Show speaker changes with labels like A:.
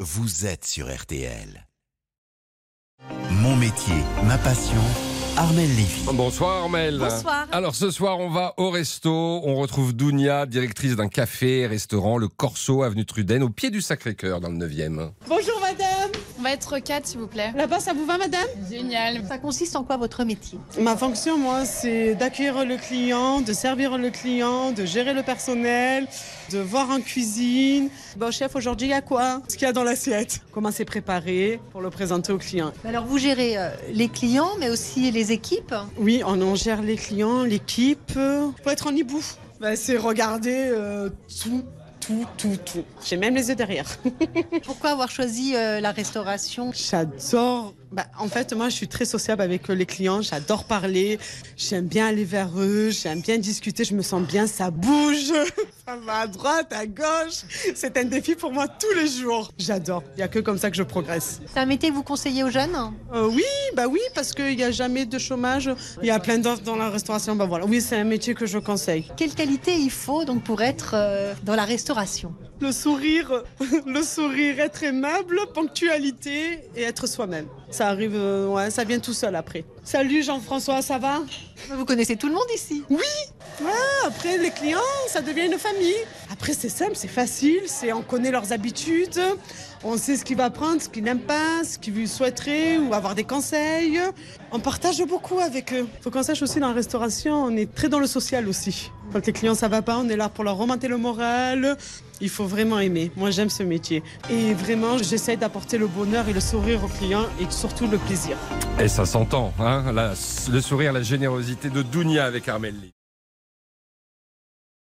A: vous êtes sur RTL. Mon métier, ma passion, Armel Lévy.
B: Bonsoir Armel.
C: Bonsoir.
B: Alors ce soir, on va au resto. On retrouve Dounia, directrice d'un café-restaurant, le Corso, avenue Truden, au pied du Sacré-Cœur, dans le 9e.
D: Bonjour madame,
E: On va être quatre, s'il vous plaît.
D: là-bas ça vous va madame
E: Génial.
C: Ça consiste en quoi votre métier
D: Ma fonction moi c'est d'accueillir le client, de servir le client, de gérer le personnel, de voir en cuisine. Bon chef aujourd'hui il y a quoi Ce qu'il y a dans l'assiette. Comment c'est préparé pour le présenter au client.
C: Alors vous gérez euh, les clients, mais aussi les équipes.
D: Oui, on en gère les clients, l'équipe. Euh, Faut être en hibou. Bah, c'est regarder euh, tout, tout, tout, tout. J'ai même les yeux derrière.
C: Pourquoi avoir choisi euh, la restauration
D: J'adore. Bah, en fait, moi, je suis très sociable avec euh, les clients. J'adore parler. J'aime bien aller vers eux. J'aime bien discuter. Je me sens bien. Ça bouge. Ça va à droite, à gauche. C'est un défi pour moi tous les jours. J'adore. Il n'y a que comme ça que je progresse.
C: C'est un métier que vous conseillez aux jeunes
D: Euh, oui, bah oui, parce qu'il n'y a jamais de chômage. Il y a plein d'offres dans la restauration. Bah voilà. Oui, c'est un métier que je conseille.
C: Quelle qualité il faut donc pour être euh, dans la restauration
D: Le sourire, le sourire, être aimable, ponctualité et être soi-même. Ça arrive, euh, ouais, ça vient tout seul après. Salut Jean-François, ça va?
C: Vous connaissez tout le monde ici.
D: Après, les clients, ça devient une famille. Après, c'est simple, c'est facile, c'est on connaît leurs habitudes, on sait ce qu'il va prendre, ce qu'il n'aime pas, ce qu'il souhaiterait ou avoir des conseils. On partage beaucoup avec eux. Faut qu'on sache aussi dans la restauration, on est très dans le social aussi. Quand les clients ça va pas, on est là pour leur remonter le moral. Il faut vraiment aimer. Moi, j'aime ce métier et vraiment, j'essaie d'apporter le bonheur et le sourire aux clients et surtout le plaisir.
B: Et ça s'entend, hein la- le sourire, la générosité de Dounia avec Armel Lee.